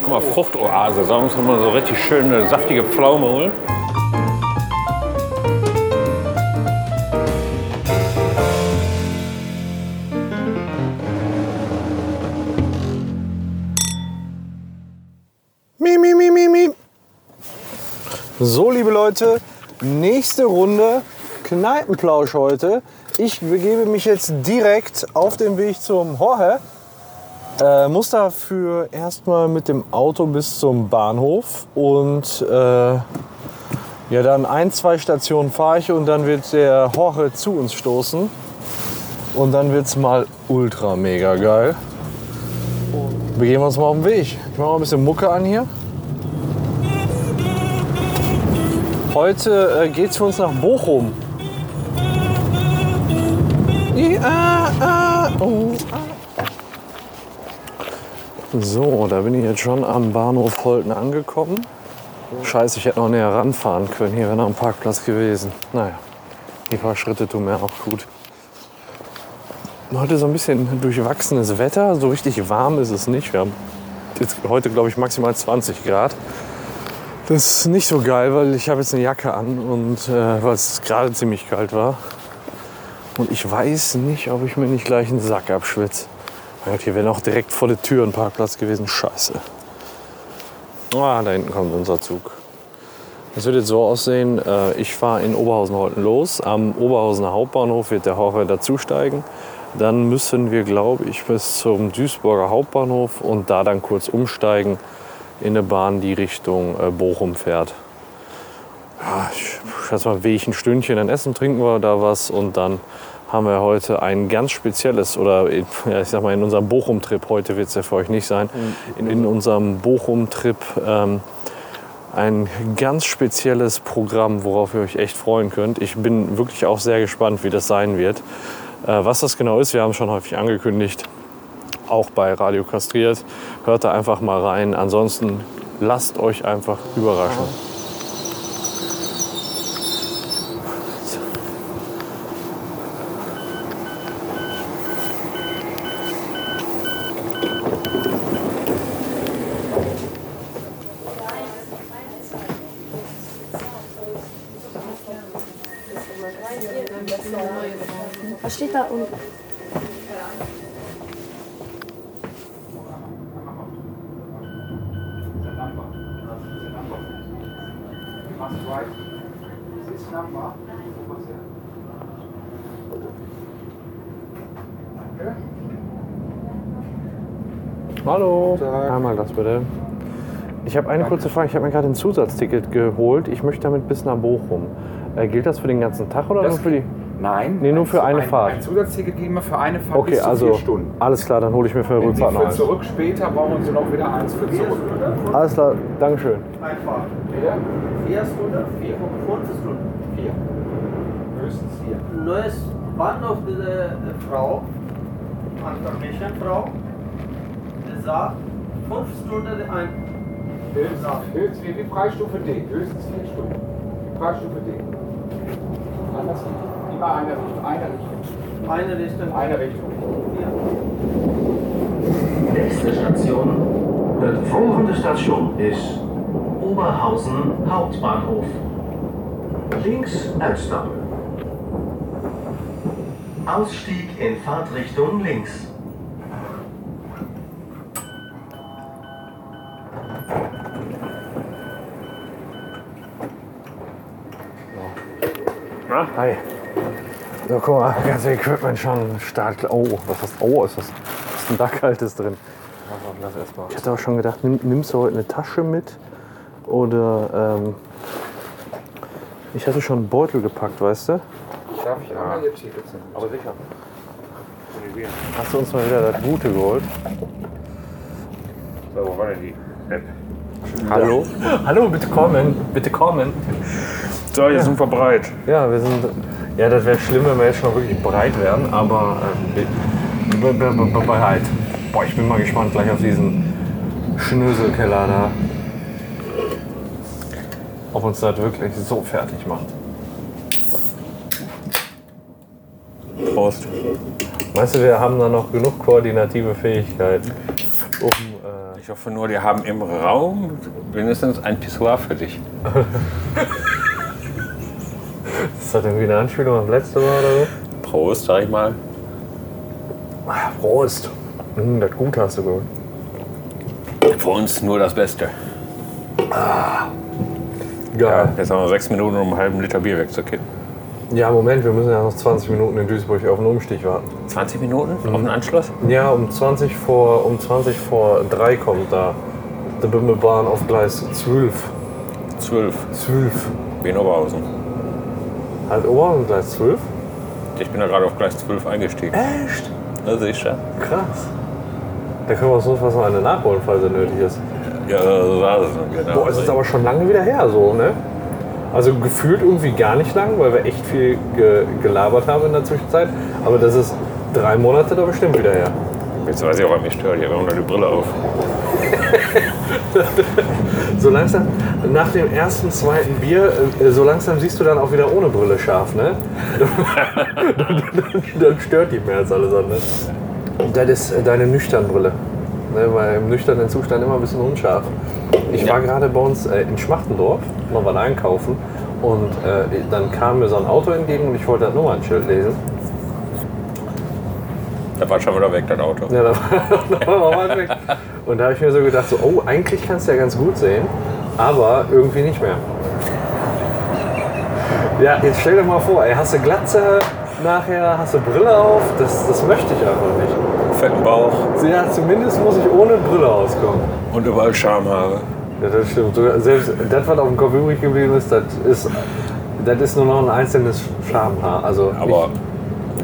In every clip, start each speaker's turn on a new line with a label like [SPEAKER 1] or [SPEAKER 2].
[SPEAKER 1] Guck mal, Fruchtoase. Sollen wir uns noch mal so richtig schöne, saftige Pflaume holen?
[SPEAKER 2] Mi, mi, mi, mi, mi. So, liebe Leute, nächste Runde Kneipenplausch heute. Ich begebe mich jetzt direkt auf den Weg zum Jorge. Äh, muss dafür erstmal mit dem Auto bis zum Bahnhof und äh, ja, dann ein, zwei Stationen fahre ich und dann wird der Jorge zu uns stoßen. Und dann wird's mal ultra mega geil. Begeben wir uns mal auf den Weg. Ich mache mal ein bisschen Mucke an hier. Heute äh, geht's für uns nach Bochum. I, ah, ah, oh, ah. So, da bin ich jetzt schon am Bahnhof Holten angekommen. Scheiße, ich hätte noch näher ranfahren können. Hier wäre noch ein Parkplatz gewesen. Naja, die paar Schritte tun mir auch gut. Heute so ein bisschen durchwachsenes Wetter. So richtig warm ist es nicht. Wir haben jetzt heute, glaube ich, maximal 20 Grad. Das ist nicht so geil, weil ich habe jetzt eine Jacke an und äh, weil es gerade ziemlich kalt war. Und ich weiß nicht, ob ich mir nicht gleich einen Sack abschwitze. Mein Gott, hier wäre noch direkt vor der Tür ein Parkplatz gewesen. Scheiße. Ah, da hinten kommt unser Zug. Das wird jetzt so aussehen, äh, ich fahre in Oberhausen-Holten los. Am Oberhausener Hauptbahnhof wird der Horror dazusteigen. Dann müssen wir, glaube ich, bis zum Duisburger Hauptbahnhof und da dann kurz umsteigen in eine Bahn, die Richtung äh, Bochum fährt. Ja, ich schätze mal, wehe ich ein Stündchen, dann essen, trinken wir da was und dann haben wir heute ein ganz spezielles, oder in- ja, ich sag mal, in unserem Bochum-Trip, heute wird es ja für euch nicht sein, in, in unserem Bochum-Trip ähm, ein ganz spezielles Programm, worauf ihr euch echt freuen könnt. Ich bin wirklich auch sehr gespannt, wie das sein wird. Äh, was das genau ist, wir haben es schon häufig angekündigt, auch bei Radio Kastriert. Hört da einfach mal rein. Ansonsten lasst euch einfach überraschen.
[SPEAKER 3] Was steht da unten?
[SPEAKER 2] Hallo. Einmal das bitte. Ich habe eine kurze Frage. Ich habe mir gerade ein Zusatzticket geholt. Ich möchte damit bis nach Bochum. Äh, gilt das für den ganzen Tag oder
[SPEAKER 4] Das
[SPEAKER 2] nur für die?
[SPEAKER 4] Nein.
[SPEAKER 2] Nee, nur für eine
[SPEAKER 4] ein,
[SPEAKER 2] Fahrt.
[SPEAKER 4] Ein Zusatzticket geben wir für eine Fahrt
[SPEAKER 2] Okay,
[SPEAKER 4] bis zu
[SPEAKER 2] also
[SPEAKER 4] vier Stunden.
[SPEAKER 2] alles klar, dann hole ich mir für eine
[SPEAKER 4] Wenn Sie
[SPEAKER 2] Rückfahrt noch
[SPEAKER 4] für
[SPEAKER 2] eins.
[SPEAKER 4] zurück später brauchen Sie noch wieder eins für zurück.
[SPEAKER 2] Alles klar, Dankeschön.
[SPEAKER 5] Vier Stunden? Vier. Fünf Stunden? Vier.
[SPEAKER 4] Höchstens vier.
[SPEAKER 5] Neues Bahnhof diese äh, Frau, Information Frau, sagt, fünf Stunden ein.
[SPEAKER 4] Höchstens, höchstens wie, wie Preisstufe D. Höchstens vier Stunden. Wie Preisstufe D. Anders nicht. Immer eine Richtung. Eine Richtung.
[SPEAKER 5] Eine Richtung.
[SPEAKER 4] Eine Richtung.
[SPEAKER 5] Vier.
[SPEAKER 6] Nächste Station. Die folgende Station ist Oberhausen Hauptbahnhof. Links aussteigen. Ausstieg in Fahrtrichtung links.
[SPEAKER 2] Hi. So, guck mal, ganz Equipment schon stark. Oh, was ist Oh, ist das? Was ist denn da Kaltes drin? Ich hatte auch schon gedacht, nimm, nimmst du heute eine Tasche mit? Oder, ähm, ich hatte schon einen Beutel gepackt, weißt du?
[SPEAKER 4] Darf ich einmal Ihr Ticket sehen? Aber sicher.
[SPEAKER 2] Hast du uns mal wieder das Gute geholt?
[SPEAKER 1] So, wo war denn die App?
[SPEAKER 2] Hallo? Hallo, bitte kommen. Bitte kommen.
[SPEAKER 1] So, jetzt sind wir bereit.
[SPEAKER 2] Ja, wir sind. Ja, das wäre schlimm, wenn wir jetzt schon wirklich bereit wären, aber ähm, be- be- be- bereit. Boah, ich bin mal gespannt gleich auf diesen Schnöselkeller da. Ob uns das wirklich so fertig macht. Prost. Weißt du, wir haben da noch genug koordinative Fähigkeit, um äh,
[SPEAKER 1] Ich hoffe nur, die haben im Raum wenigstens ein Pissoir für dich.
[SPEAKER 2] Ist das irgendwie eine Anspielung auf letzte Mal oder so?
[SPEAKER 1] Prost, sag ich mal.
[SPEAKER 2] Prost. Hm, das Gute hast du geholt.
[SPEAKER 1] Für uns nur das Beste.
[SPEAKER 2] Geil.
[SPEAKER 1] Jetzt haben wir sechs Minuten, um einen halben Liter Bier wegzukippen.
[SPEAKER 2] Ja, Moment, wir müssen ja noch 20 Minuten in Duisburg auf den Umstich warten.
[SPEAKER 1] 20 Minuten auf den Anschluss?
[SPEAKER 2] Ja, um 20 vor, um 20 vor 3 kommt da die Bimmelbahn auf Gleis 12.
[SPEAKER 1] 12.
[SPEAKER 2] 12.
[SPEAKER 1] Wie in Oberhausen.
[SPEAKER 2] Halt Oberhausen Gleis 12?
[SPEAKER 1] Ich bin da gerade auf Gleis 12 eingestiegen.
[SPEAKER 2] Echt?
[SPEAKER 1] Na sicher.
[SPEAKER 2] Krass. Da können wir uns notfalls noch eine nachholen, falls er nötig ist.
[SPEAKER 1] Ja, so war es. Genau.
[SPEAKER 2] Boah, es ist aber schon lange wieder her, so, ne? Also gefühlt irgendwie gar nicht lang, weil wir echt viel ge gelabert haben in der Zwischenzeit. Aber das ist drei Monate da bestimmt wieder her.
[SPEAKER 1] Jetzt weiß ich auch, was mich stört. Ich habe immer noch die Brille auf.
[SPEAKER 2] So langsam, nach dem ersten, zweiten Bier, äh, so langsam siehst du dann auch wieder ohne Brille scharf, ne? dann stört die mehr als alles andere. Das ist äh, deine Nüchternbrille. Ne, weil im nüchternen Zustand immer ein bisschen unscharf. Ich war gerade bei uns äh, in Schmachtendorf, mal was einkaufen. Und äh, dann kam mir so ein Auto entgegen und ich wollte das Nummernschild lesen.
[SPEAKER 1] Da war schon wieder weg, das Auto.
[SPEAKER 2] Ja, da war, da war weit weg. Und da habe ich mir so gedacht, so, oh, eigentlich kannst du ja ganz gut sehen, aber irgendwie nicht mehr. Ja, jetzt stell dir mal vor, ey, hast du Glatze nachher, hast du Brille auf, das, das möchte ich einfach
[SPEAKER 1] Fetten Bauch
[SPEAKER 2] nicht. Ja, zumindest muss ich ohne Brille auskommen.
[SPEAKER 1] und überall Schamhaare.
[SPEAKER 2] Ja, das stimmt. Sogar Selbst das, was auf dem Kopf übrig geblieben ist, das ist, das ist nur noch ein einzelnes Schamhaar. Also
[SPEAKER 1] Aber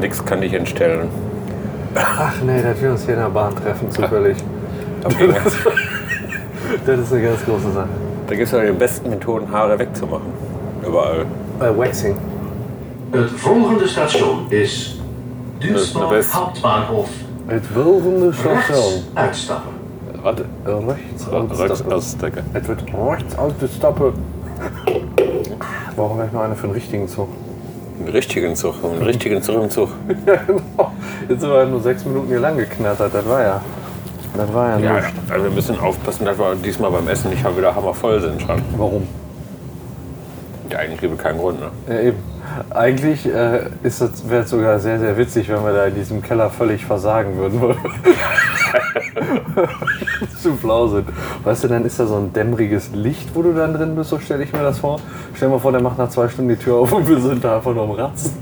[SPEAKER 1] nichts kann dich entstellen.
[SPEAKER 2] Ach nee, dass wir uns hier in der Bahn treffen, zufällig. das ist eine ganz große Sache.
[SPEAKER 1] Da gibt es ja die besten Methoden, Haare wegzumachen. Überall.
[SPEAKER 2] Äh, Waxing.
[SPEAKER 6] Het volgende station is
[SPEAKER 1] Dat
[SPEAKER 6] Duisburg
[SPEAKER 1] is de best.
[SPEAKER 6] Hauptbahnhof.
[SPEAKER 2] Het volgende
[SPEAKER 6] Rechts uitstappen.
[SPEAKER 1] Warte,
[SPEAKER 2] Rechts
[SPEAKER 1] Rücksausdecke.
[SPEAKER 2] Es wird rechts aus der Stappe. Brauchen wir noch eine für den richtigen Zug.
[SPEAKER 1] Einen richtigen Zug, einen richtigen Zug im Zug.
[SPEAKER 2] Ja, genau. Jetzt sind wir nur sechs Minuten hier lang geknattert. Das war ja. Das war ja,
[SPEAKER 1] Ja,
[SPEAKER 2] nicht.
[SPEAKER 1] also wir müssen aufpassen, dass wir diesmal beim Essen nicht halt wieder hammervoll sind schon.
[SPEAKER 2] Warum?
[SPEAKER 1] Ja, eigentlich gibt es keinen Grund, ne?
[SPEAKER 2] Ja, eben. Eigentlich äh, ist das- wäre es sogar sehr, sehr witzig, wenn wir da in diesem Keller völlig versagen würden. weil wir zu blau sind. Weißt du, dann ist da so ein dämmeriges Licht, wo du dann drin bist, so stelle ich mir das vor. Stell dir mal vor, der macht nach zwei Stunden die Tür auf und wir sind da einfach nur am Ratzen.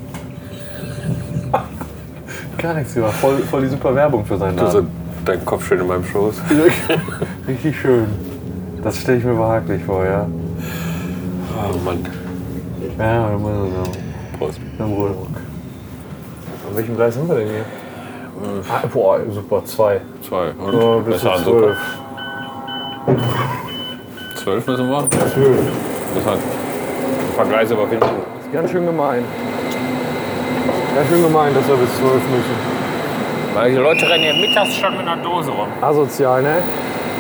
[SPEAKER 2] Gar nichts gemacht. Voll, voll die super Werbung für seinen Laden.
[SPEAKER 1] Also dein Kopf schön in meinem Schoß.
[SPEAKER 2] Richtig schön. Das stelle ich mir behaglich vor, ja. Ah,
[SPEAKER 1] Oh Mann.
[SPEAKER 2] Ja, immer so.
[SPEAKER 1] Prost.
[SPEAKER 2] Am Ruhrrock. An welchem Gleis sind wir denn hier? Ah, boah, super, zwei.
[SPEAKER 1] Zwei. Und
[SPEAKER 2] Ja,
[SPEAKER 1] ja,
[SPEAKER 2] bis zu
[SPEAKER 1] besser an Suppe.
[SPEAKER 2] zwölf.
[SPEAKER 1] Zwölf müssen wir. halt.
[SPEAKER 2] Zwölf.
[SPEAKER 1] Das hat Vergleich überwinden.
[SPEAKER 2] Ist ganz schön gemein. Ganz schön gemein, dass wir bis zwölf müssen.
[SPEAKER 1] Weil die Leute rennen hier mittags schon mit einer Dose rum.
[SPEAKER 2] Asozial, ne?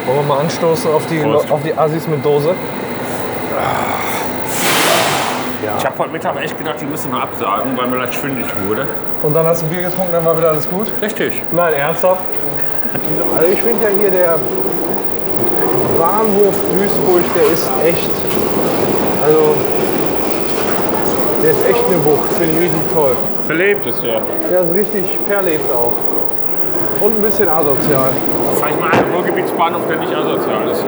[SPEAKER 2] Wollen wir mal anstoßen auf die,
[SPEAKER 1] Prost.
[SPEAKER 2] auf die Assis mit Dose?
[SPEAKER 1] Ich habe heute Mittag echt gedacht, die müssen wir absagen, weil mir leicht schwindelig wurde.
[SPEAKER 2] Und dann hast du ein Bier getrunken, dann war wieder alles gut?
[SPEAKER 1] Richtig.
[SPEAKER 2] Nein, ernsthaft? Also ich finde ja hier der Bahnhof Duisburg, der ist echt, also der ist echt eine Wucht, finde ich richtig toll.
[SPEAKER 1] Belebt ist ja.
[SPEAKER 2] Der ist richtig verlebt auch. Und ein bisschen asozial.
[SPEAKER 1] Zeig mal einen Ruhrgebietsbahnhof, der nicht asozial ist.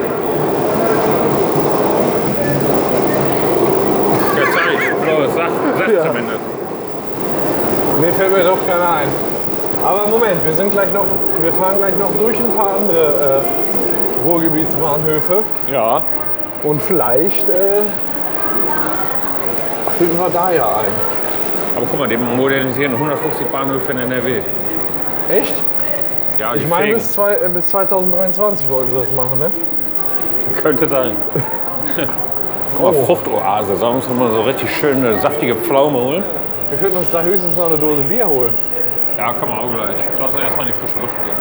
[SPEAKER 1] Ja, zeig. Los, sag, sag
[SPEAKER 2] Ja.
[SPEAKER 1] zumindest.
[SPEAKER 2] Mir fällt mir doch keiner ein. Aber Moment, wir sind gleich noch, wir fahren gleich noch durch ein paar andere äh, Ruhrgebietsbahnhöfe
[SPEAKER 1] Ja.
[SPEAKER 2] und vielleicht äh, finden wir da ja ein.
[SPEAKER 1] Aber guck mal, die modernisieren 150 Bahnhöfe in NRW.
[SPEAKER 2] Echt?
[SPEAKER 1] Ja,
[SPEAKER 2] Ich
[SPEAKER 1] die
[SPEAKER 2] meine,
[SPEAKER 1] fegen.
[SPEAKER 2] bis, zwei, äh, bis 2023 wollten sie das machen, ne?
[SPEAKER 1] Könnte sein. Guck mal,
[SPEAKER 2] Oh.
[SPEAKER 1] Fruchtoase. Da muss man mal so richtig schöne, saftige Pflaume holen.
[SPEAKER 2] Wir könnten uns da höchstens noch eine Dose Bier holen.
[SPEAKER 1] Ja, komm auch gleich. Lass uns erstmal in die frische Luft gehen.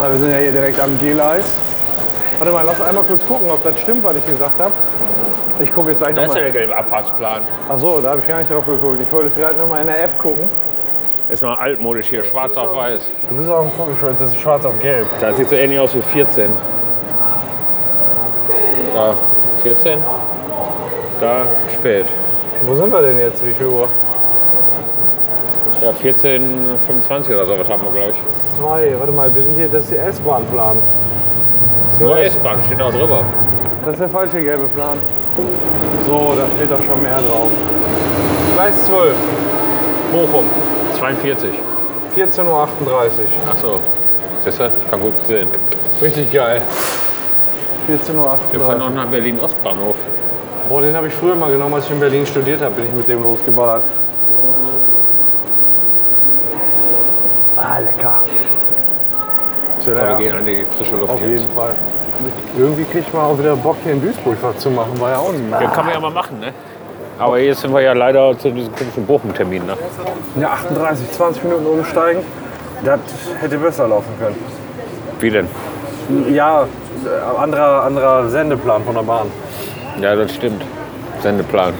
[SPEAKER 2] Weil wir sind ja hier direkt am Gleis. Warte mal, lass einmal kurz gucken, ob das stimmt, was ich gesagt habe. Ich gucke jetzt gleich
[SPEAKER 1] Das ist ja
[SPEAKER 2] nochmal.
[SPEAKER 1] der gelbe Abfahrtsplan.
[SPEAKER 2] Achso, da habe ich gar nicht drauf geguckt. Ich wollte jetzt gerade nochmal in der App gucken.
[SPEAKER 1] Ist mal altmodisch hier, schwarz auf weiß.
[SPEAKER 2] Du bist auch ein Vogelschwein, das ist schwarz auf gelb.
[SPEAKER 1] Das sieht so ähnlich aus wie 14. Da 14. Da spät.
[SPEAKER 2] Wo sind wir denn jetzt? Wie viel Uhr?
[SPEAKER 1] Ja, 14, 25 oder sowas haben wir, glaube ich.
[SPEAKER 2] Zwei. Warte mal, wir sind hier, das ist die S-Bahn-Plan.
[SPEAKER 1] Nur S-Bahn steht da drüber.
[SPEAKER 2] Das ist der falsche gelbe Plan. So, da steht doch schon mehr drauf. Gleis 12,
[SPEAKER 1] Bochum, 42.
[SPEAKER 2] 14.38 Uhr.
[SPEAKER 1] Ach so. Siehst du, ich kann gut sehen.
[SPEAKER 2] Richtig geil.
[SPEAKER 1] Wir können
[SPEAKER 2] 14.38
[SPEAKER 1] auch
[SPEAKER 2] Uhr.
[SPEAKER 1] nach Berlin-Ostbahnhof.
[SPEAKER 2] Boah, den habe ich früher mal genommen, als ich in Berlin studiert habe, bin ich mit dem losgeballert. Ah, lecker. Tja,
[SPEAKER 1] Ja. Wir
[SPEAKER 2] ja,
[SPEAKER 1] gehen an die frische Luft
[SPEAKER 2] auf
[SPEAKER 1] jetzt.
[SPEAKER 2] jeden Fall. Irgendwie kriegt man auch wieder Bock, hier in Duisburg was zu machen. War ja auch nicht mehr.
[SPEAKER 1] Ja, kann man ja mal machen, ne? Aber jetzt sind wir ja leider zu diesem komischen Bochum-Termin, ne?
[SPEAKER 2] Ja, 38, 20 Minuten umsteigen. Das hätte besser laufen können.
[SPEAKER 1] Wie denn?
[SPEAKER 2] Ja, äh, anderer, anderer Sendeplan von der Bahn.
[SPEAKER 1] Ja, das stimmt. Sendeplan.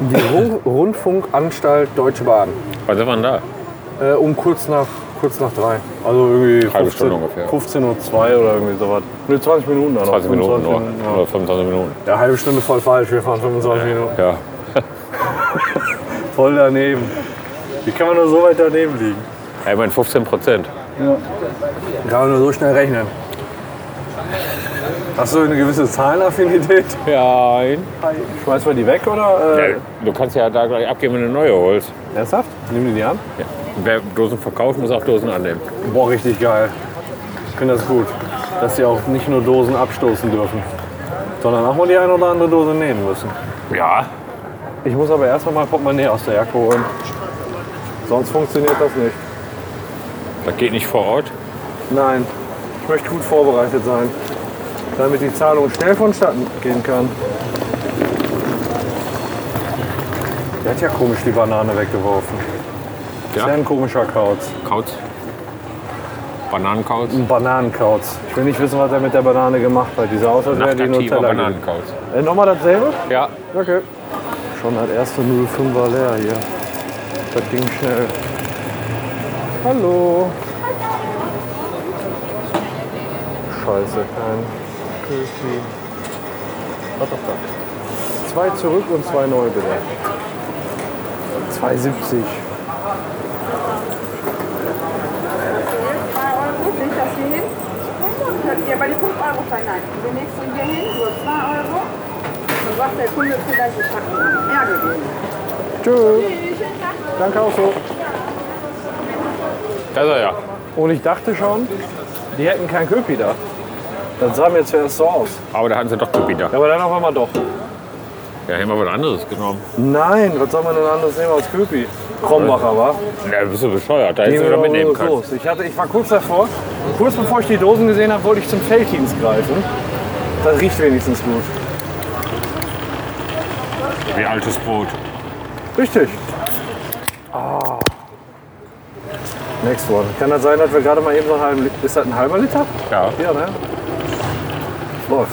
[SPEAKER 2] Die Ru- Rundfunkanstalt Deutsche Bahn.
[SPEAKER 1] Wann sind wir denn da?
[SPEAKER 2] Äh, um kurz nach, kurz nach drei. Also irgendwie
[SPEAKER 1] Halbe Stunde ungefähr.
[SPEAKER 2] 15 Uhr zwei oder irgendwie sowas. Ne, 20 Minuten dann noch.
[SPEAKER 1] 20 Minuten
[SPEAKER 2] 25
[SPEAKER 1] nur.
[SPEAKER 2] ja.
[SPEAKER 1] Oder 25 Minuten.
[SPEAKER 2] Ja, halbe Stunde voll falsch. Wir fahren 25 Minuten.
[SPEAKER 1] Ja.
[SPEAKER 2] Voll daneben. Wie kann man nur so weit daneben liegen?
[SPEAKER 1] Ja, Ich meine 15 Prozent.
[SPEAKER 2] Kann man nur so schnell rechnen. Hast du eine gewisse Zahlenaffinität?
[SPEAKER 1] Ja, ein.
[SPEAKER 2] Schmeißt man die weg oder? Äh,
[SPEAKER 1] Du kannst ja da gleich abgeben, wenn du neue holst.
[SPEAKER 2] Ernsthaft? Nimm die die an?
[SPEAKER 1] Ja. Wer Dosen verkauft, muss auch Dosen annehmen.
[SPEAKER 2] Boah, richtig geil. Ich finde das gut, dass sie auch nicht nur Dosen abstoßen dürfen, sondern auch mal die eine oder andere Dose nehmen müssen.
[SPEAKER 1] Ja.
[SPEAKER 2] Ich muss aber erstmal mein Portemonnaie aus der Jacke holen. Sonst funktioniert das nicht.
[SPEAKER 1] Das geht nicht vor Ort.
[SPEAKER 2] Nein, ich möchte gut vorbereitet sein, damit die Zahlung schnell vonstatten gehen kann. Der hat ja komisch die Banane weggeworfen. Ja. Ist ja ein komischer Kauz. Hm.
[SPEAKER 1] Kauz. Bananenkauz.
[SPEAKER 2] Ein Bananenkauz. Ich will nicht wissen, was er mit der Banane gemacht hat. Die sah aus, als wäre die
[SPEAKER 1] Nachtaktiver
[SPEAKER 2] Nutella. gewesen.
[SPEAKER 1] Bananenkauz.
[SPEAKER 2] Äh, Nochmal dasselbe?
[SPEAKER 1] Ja.
[SPEAKER 2] Okay. Schon das erste 05 war leer hier. Das ging schnell. Hallo. Scheiße, kein Küssi. Was doch da? Zwei zurück und zwei neu bitte. 2,70.
[SPEAKER 7] Euro, bringt das hier hin? Und könnt ihr bei den 5 Euro verneinen. Du legst ihn hier hin, so 2 Euro. Dann sagt der Kunde vielleicht, ich habe mehr gegeben.
[SPEAKER 2] Tschüss. Danke auch so.
[SPEAKER 1] Da ist er ja.
[SPEAKER 2] Und ich dachte schon, die hätten kein Köpi da. Das sah mir zuerst so aus.
[SPEAKER 1] Aber da hatten sie doch Gebiete.
[SPEAKER 2] Aber dann auf einmal doch.
[SPEAKER 1] Ja, haben wir was anderes genommen.
[SPEAKER 2] Nein, was soll man denn anderes nehmen als Köpi? Krombacher, war?
[SPEAKER 1] Ja, bist du bescheuert. Da hättest du
[SPEAKER 2] Nehmen
[SPEAKER 1] doch
[SPEAKER 2] wir
[SPEAKER 1] mitnehmen
[SPEAKER 2] mal
[SPEAKER 1] können.
[SPEAKER 2] los. Ich, hatte, ich war kurz davor. Kurz bevor ich die Dosen gesehen habe, wollte ich zum Felddienst greifen. Das riecht wenigstens gut.
[SPEAKER 1] Wie altes Brot.
[SPEAKER 2] Richtig. Ah. Next one. Kann das sein, dass wir gerade mal eben so einen halben Liter... Ist das ein halber Liter?
[SPEAKER 1] Ja.
[SPEAKER 2] Ja, ne? Läuft.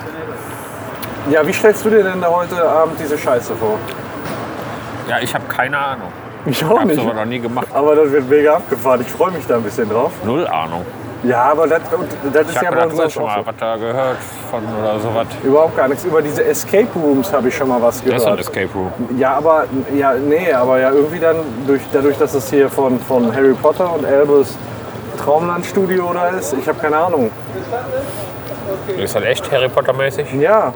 [SPEAKER 2] Ah. Ja, wie stellst du dir denn da heute Abend diese Scheiße vor?
[SPEAKER 1] Ja, ich habe keine Ahnung.
[SPEAKER 2] Ich auch
[SPEAKER 1] Hab's aber noch nie gemacht.
[SPEAKER 2] Aber das wird mega abgefahren. Ich freue mich da ein bisschen drauf.
[SPEAKER 1] Null Ahnung.
[SPEAKER 2] Ja, aber das, das ist
[SPEAKER 1] Ich
[SPEAKER 2] ja
[SPEAKER 1] habe
[SPEAKER 2] bei
[SPEAKER 1] da
[SPEAKER 2] uns auch
[SPEAKER 1] drüben schon
[SPEAKER 2] so.
[SPEAKER 1] mal was da gehört von oder sowas.
[SPEAKER 2] Überhaupt gar nichts. Über diese Escape Rooms habe ich schon mal was
[SPEAKER 1] Das ist so ein
[SPEAKER 2] gehört.
[SPEAKER 1] Escape Room.
[SPEAKER 2] Ja, aber ja, nee, aber ja irgendwie dann durch, dadurch, dass es hier von, von Harry Potter und Albus Traumland Studio da ist. Ich habe keine Ahnung.
[SPEAKER 1] Ist das echt Harry Potter mäßig?
[SPEAKER 2] Ja.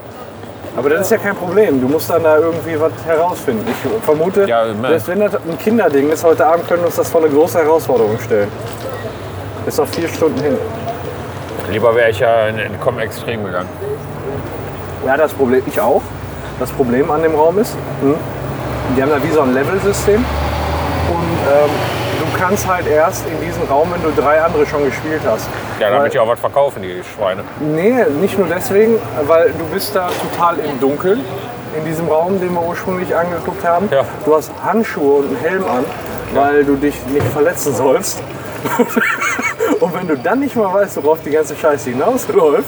[SPEAKER 2] Aber das ist ja kein Problem. Du musst dann da irgendwie was herausfinden. Ich vermute,
[SPEAKER 1] Ja, ne.
[SPEAKER 2] selbst wenn das ein Kinderding ist, heute Abend können wir uns das vor eine große Herausforderung stellen. Ist noch vier Stunden hin.
[SPEAKER 1] Lieber wäre ich ja in, in Com Extrem gegangen.
[SPEAKER 2] Ja, das Problem, ich auch. Das Problem an dem Raum ist, hm, die haben da wie so ein Level-System. Und ähm, du kannst halt erst in diesen Raum, wenn du drei andere schon gespielt hast.
[SPEAKER 1] Ja,
[SPEAKER 2] Weil-
[SPEAKER 1] damit die auch was verkaufen, die Schweine.
[SPEAKER 2] Nee, nicht nur deswegen, weil du bist da total im Dunkeln in diesem Raum, den wir ursprünglich angeguckt haben.
[SPEAKER 1] Ja.
[SPEAKER 2] Du hast Handschuhe und einen Helm an, weil du dich nicht verletzen sollst. und wenn du dann nicht mal weißt, worauf die ganze Scheiße hinausläuft,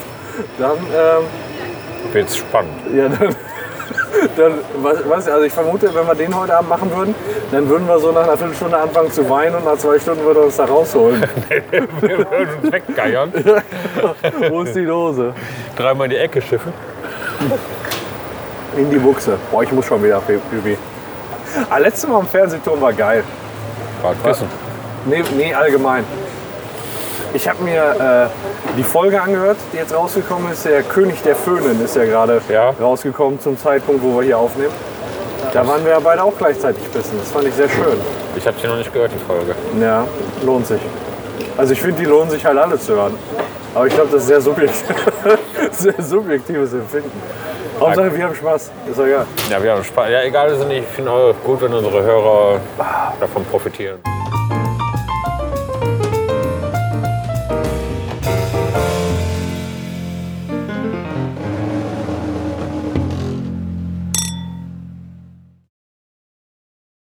[SPEAKER 2] dann, ähm,
[SPEAKER 1] Wird's spannend.
[SPEAKER 2] ja, dann, dann, was, was, also ich vermute, wenn wir den heute Abend machen würden, dann würden wir so nach einer Viertelstunde anfangen zu weinen und nach zwei Stunden würde er uns da rausholen.
[SPEAKER 1] Wir würden uns weggeiern,
[SPEAKER 2] Wo ist die Dose?
[SPEAKER 1] dreimal in die Ecke schiffen.
[SPEAKER 2] In die Buchse. Boah, ich muss schon wieder, Bibi. Ah, letztes Mal am Fernsehturm war geil.
[SPEAKER 1] Gerade wissen.
[SPEAKER 2] Nee, nee allgemein. Ich habe mir äh, die Folge angehört, die jetzt rausgekommen ist. Der König der Föhnen ist ja gerade
[SPEAKER 1] Ja.
[SPEAKER 2] rausgekommen zum Zeitpunkt, wo wir hier aufnehmen. Da waren wir ja beide auch gleichzeitig pissen. Das fand ich sehr schön.
[SPEAKER 1] Ich habe sie noch nicht gehört, die Folge.
[SPEAKER 2] Ja, lohnt sich. Also ich finde, die lohnen sich halt alle zu hören. Aber ich glaube, das ist sehr, subjekt sehr subjektives Empfinden. Hauptsache, wir haben Spaß. Ist doch egal.
[SPEAKER 1] Ja, wir haben Spaß. Ja, egal, ist nicht. Ich finde auch gut, wenn unsere Hörer davon profitieren.